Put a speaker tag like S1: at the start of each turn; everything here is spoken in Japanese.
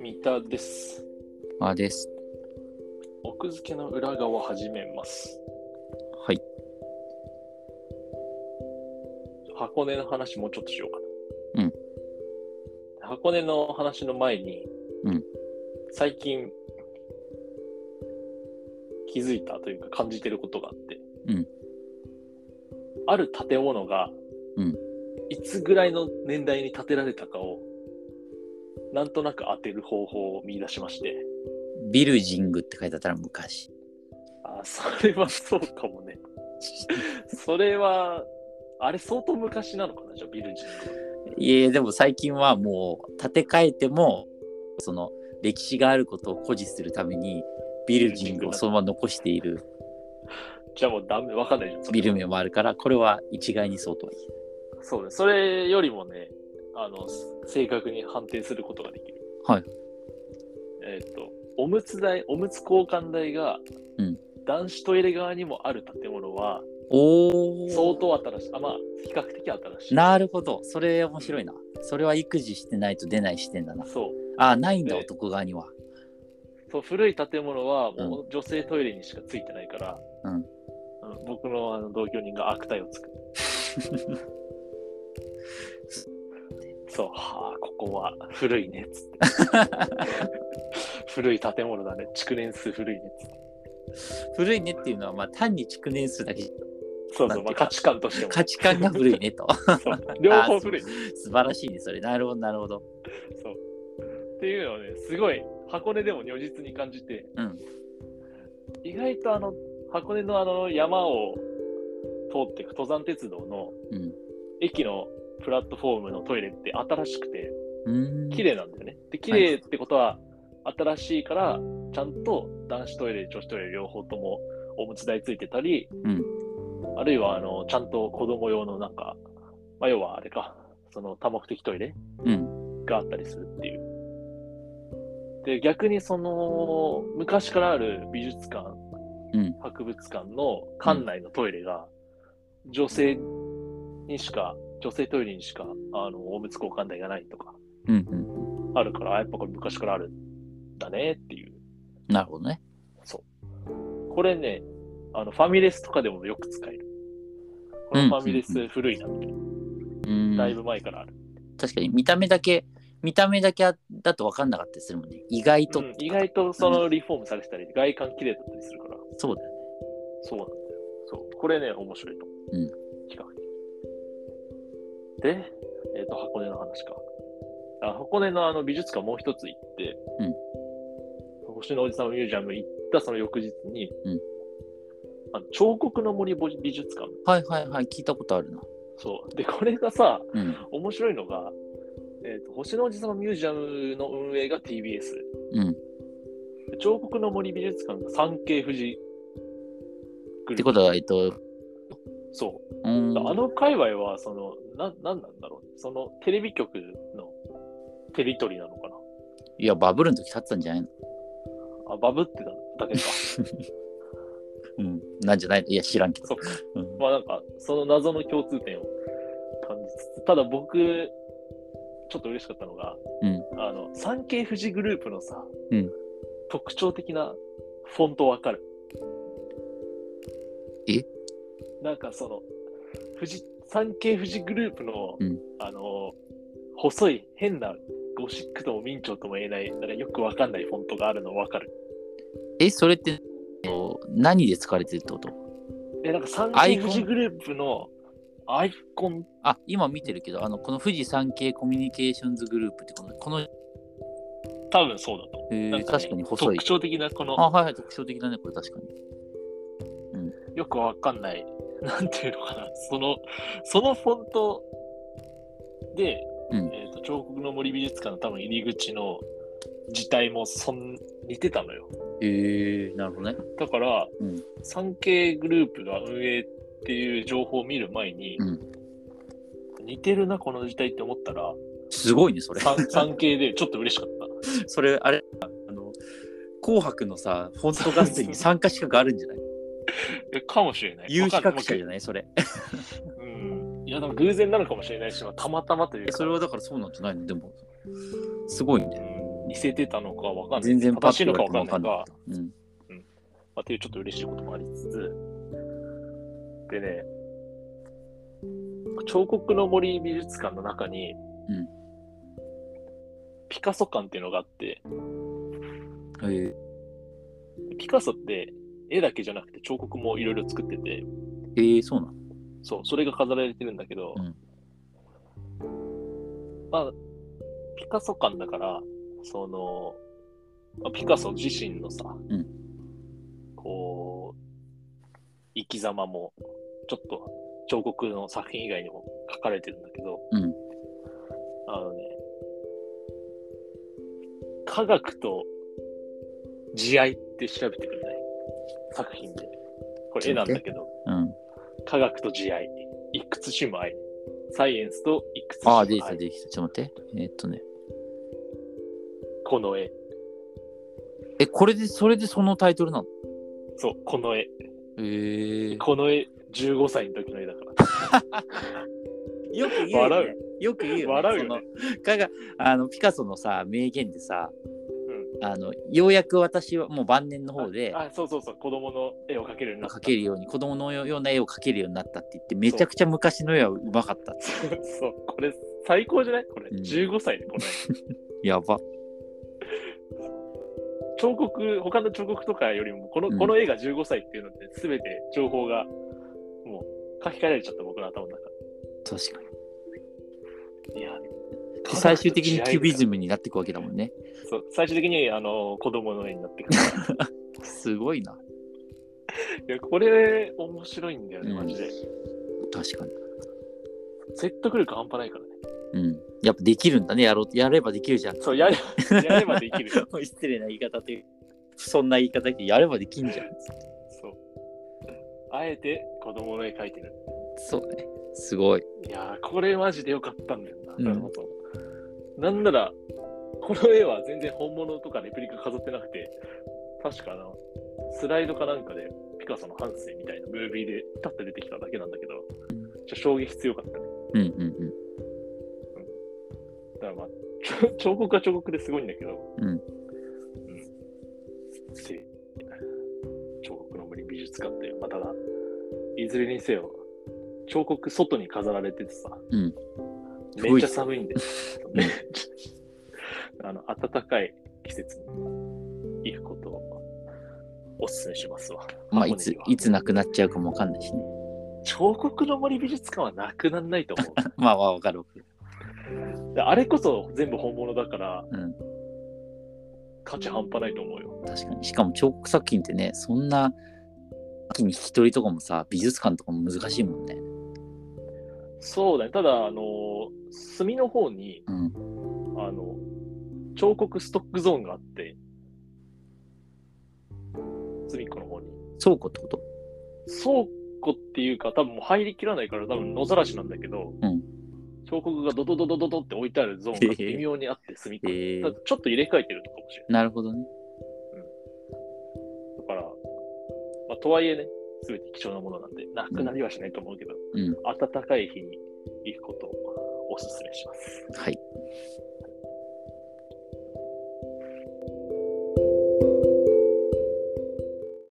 S1: 三田です。
S2: あです。
S1: 奥付けの裏側始めます。
S2: はい。
S1: 箱根の話もうちょっとしようかな。
S2: うん。
S1: 箱根の話の前に、
S2: うん
S1: 最近気づいたというか感じてることがあって、
S2: うん
S1: ある建物が、
S2: うん
S1: いつぐらいの年代に建てられたかを、なんとなく当てる方法を見出しまして、
S2: ビルジングって書いてあったら昔。
S1: あ、それはそうかも ね。それは、あれ相当昔なのかな、じゃあビルジング
S2: いえ、でも最近はもう建て替えても、その歴史があることを誇示するために、ビルジングをそのまま残している
S1: は。じゃあもうダメ、わかんないじゃん。それ
S2: ビル名もあるから、これは一概にそうとは言え
S1: そうね。それよりもね、あの、正確に判定することができる。
S2: はい。
S1: えーっ、と、おむつ台、おむつ交換台が、
S2: うん
S1: 男子トイレ側にもある建物は、
S2: おー
S1: 相当新しい。あ、まあ、比較的新しい。
S2: なるほど。それ面白いな。それは育児してないと出ない視点だな。
S1: そう。
S2: あ、ないんだ、
S1: で
S2: 男側には。
S1: そう古い建物はもう女性トイレにしかついてないから、
S2: うん
S1: うん僕のあの同居人が悪態を つく。そう、はあ、ここは古いねっつって。 古い建物だね、築年数古いねっつって。
S2: 古いねっていうのは、まあ、単に築年数だけじゃ
S1: そう
S2: なん
S1: そ
S2: て
S1: う、ま
S2: いうか
S1: あ、価値観としても。
S2: 価値観が古 いねと。
S1: そう両方古い。そう
S2: 素晴らしいね、それ。なるほど、なるほど。
S1: っていうのをね、すごい箱根でも如実に感じて、
S2: うん
S1: 意外とあの箱根のあの山を通っていく登山鉄道の、
S2: うん。
S1: 駅のプラットフォームのトイレって新しくて
S2: うーん
S1: 綺麗なんだよね。で綺麗ってことは新しいからちゃんと男子トイレ女子トイレ両方ともおむつ台ついてたり、
S2: うん
S1: あるいはあのちゃんと子供用のなんか、まあ、要はあれかその多目的トイレ
S2: うん。
S1: があったりするっていう。で逆にその昔からある美術館、
S2: うん
S1: 博物館の館内のトイレが女性にしか女性トイレにしかあのおむつ交換台がないとか
S2: うんうん。
S1: あるからあやっぱこれ昔からあるんだねっていう
S2: なるほどね。
S1: これねあのファミレスとかでもよく使えるこの
S2: うん
S1: ファミレス古いなって、
S2: うん。
S1: だいぶ前からある、
S2: 確かに見た目だけ、見た目だけだと分かんなかったりするもんね。意外と、
S1: うん意外とそのリフォームされてたり外観綺麗だったりするから
S2: そうだよね。
S1: そうなんだよ。そう。これね、面白いと。
S2: うん
S1: 比較的。で、えっ、と、箱根の話か。あ箱根のあの美術館もう一つ行って、
S2: うん
S1: 星のおじさんミュージアム行ったその翌日に、
S2: うん
S1: あの彫刻の森美術館。
S2: はいはいはい、聞いたことあるな。
S1: そう。で、これがさ、
S2: うん。
S1: 面白いのが、えっと星のおじさまミュージアムの運営が TBS。
S2: うん。
S1: で彫刻の森美術館が産経富士グループ。
S2: ってことは、えっと、
S1: そう。
S2: うーん。
S1: あの界隈は、その、な、なんなんだろうね。その、テレビ局のテリトリーなのか
S2: いや、バブルの時立ってたんじゃないの
S1: な。あ、バブってただけか。
S2: うん。なんじゃないのいや、知らんけど。
S1: そう
S2: うん
S1: まあなんか、その謎の共通点を感じつつ、ただ僕、ちょっと嬉しかったのが、
S2: うん
S1: あの、産経富士グループのさ、
S2: うん
S1: 特徴的なフォントわかる
S2: え
S1: なんかその、富士、産経富士グループの、
S2: うん
S1: あの、細い変なゴシックとも明朝とも言えない、なんかよくわかんないフォントがあるのわかる。
S2: え、それって、えっと何で使われてるってこと
S1: え、なんか産
S2: アイ
S1: 経
S2: コン
S1: 富士グループのアイコン
S2: あ、今見てるけど、あの、この富士山系コミュニケーションズグループってこの、この、
S1: 多分そうだと思
S2: え
S1: う。
S2: ー
S1: なんね
S2: 確かに細い
S1: 特。徴的なこの
S2: あ、はいはい、特徴的だね、これ確かに。
S1: よくわかんない、 なんていうのかな、その、そのフォントで、
S2: うん
S1: えっ、と、彫刻の森美術館の多分入り口の字体もそん似てたのよ。
S2: えー、なるほどね。
S1: だから、
S2: うん
S1: 産経グループが運営っていう情報を見る前に、
S2: うん
S1: 似てるな、この字体って思ったら、
S2: すごいね、そ れ。
S1: 産産経でちょっと嬉しかった。
S2: それあれあの紅白のさフォント合戦に参加資格あるんじゃない
S3: えかもしれない。
S2: 有資格者
S3: わ
S2: じゃないそれ。
S3: かんないうん。
S1: いや、でも偶然なのかもしれないし、まあたまたまという
S2: え
S1: か、
S2: それはだからそうなんじゃないのでも、すごいね。
S1: うん似せてたのかわかんない。
S2: 全然パ
S1: 正
S2: ッ
S1: しい
S2: と
S1: のかわかんない
S2: 言わ
S1: が
S2: れ、ても分かんない。うん。
S1: まあ、っていうちょっと嬉しいこともありつつ、でね、彫刻の森美術館の中に、
S2: うん
S1: ピカソ館っていうのがあって、
S2: え
S1: ピカソって絵だけじゃなくて彫刻もいろいろ作ってて、
S2: ーえーそうなの
S1: そう、それが飾られてるんだけど、
S2: うん
S1: まあ、ピカソ館だから、その、まあピカソ自身のさ、
S2: うん
S1: こう、生き様も、ちょっと彫刻の作品以外にも書かれてるんだけど、
S2: うん
S1: あのね、科学と慈愛って調べてくれない作品で。これ絵なんだけど、
S2: うん。
S1: 科学と慈愛、いくつしも愛、サイエンスといくつし
S2: あ
S1: も
S2: あ、出てきた
S1: 愛、
S2: 出てきた。ちょっと待って。えーっとね。
S1: この絵、
S2: え、これで、それでそのタイトルなの
S1: そう、この絵、
S2: えー
S1: この絵、15歳の時の絵だから。
S2: よく言うよ、ね。
S1: 笑うよ
S2: よく言うよ、ね。
S1: 笑うよね
S2: その。かが、あの、ピカソのさ、名言でさ、あの、ようやく私はもう晩年の方で、
S1: あ、そうそうそう、子供の絵を描けるようになった。
S2: 描けるように、子供のような絵を描けるようになったって言って、めちゃくちゃ昔の絵はうまかったって。
S1: そう、これ、最高じゃないこれ、
S2: うん
S1: 15歳でこの絵。
S2: やば。
S1: 彫刻、 他の彫刻とかよりも、この,、
S2: うん
S1: この絵が15歳っていうのって、すべて情報が、もう、書き換えられちゃった、僕の頭の中
S2: 確かに。
S1: で。いや、
S2: で最終的にキュビズ
S1: ム。
S2: ムになっていくわけだもんね。
S1: そう、最終的に、あの、子供の絵になってくる。
S2: すごいな。
S1: いや、これ、面白いんだよね、
S2: うん
S1: マジで。
S2: 確かに。
S1: 説得力半端ないからね。
S2: うん。やっぱできるんだね。やろう、やればできるじゃん。
S1: そう、 やれやればできる。そ
S2: 失礼な言い方という。そんな言い方でやればできんじゃん。
S1: う。あえて子供の絵描いてる。
S2: そうね。すごい。
S1: いやー、これマジでよかったんだよな。
S2: うん
S1: なるほど。なんなら、この絵は全然本物とかレプリカ飾ってなくて、確かあの、スライドかなんかでピカソの半生みたいなムービーでパッと出てきただけなんだけど、ちょ衝撃強かったね。
S2: うんうん
S1: だからまあ、ちょ 彫刻は彫刻ですごいんだけど、
S2: うん
S1: うん。で彫刻の森美術館っていう、まあ、ただ、いずれにせよ、彫刻外に飾られててさ、
S2: うん
S1: めっちゃ寒いんで、めっちゃ あの、暖かい季節に行くことをお勧めしますわ。
S2: うん。まあ、
S1: 箱根に
S2: いつ
S1: は、
S2: いつなくなっちゃうかもわかんないしね。
S1: 彫刻の森美術館はなくならないと思う。
S2: まあまあ、わかるわかる。
S1: であれこそ全部本物だから、
S2: うん
S1: 価値半端ないと思うよ。
S2: 確かに。しかも彫刻作品ってね、そんな、秋に引き取りとかもさ、美術館とかも難しいもんね。
S1: そうだね。ただ、あの、墨の方に、
S2: うん。
S1: あの、彫刻ストックゾーンがあって、隅っこの方に。
S2: 倉庫ってこと
S1: 倉庫っていうか、多分もう入りきらないから、多分野ざらしなんだけど、
S2: うん
S1: 彫刻がドドドドドドって置いてあるゾーンが微妙にあって、隅っこに。
S2: ええ
S1: ただちょっと入れ替えてるのかもしれない。
S2: なるほどね。
S1: だから、まあ、とはいえね、すべて貴重なものなんで、なくなりはしないと思うけど、
S2: うん
S1: 暖かい日に行くことをお勧めします。
S2: はい。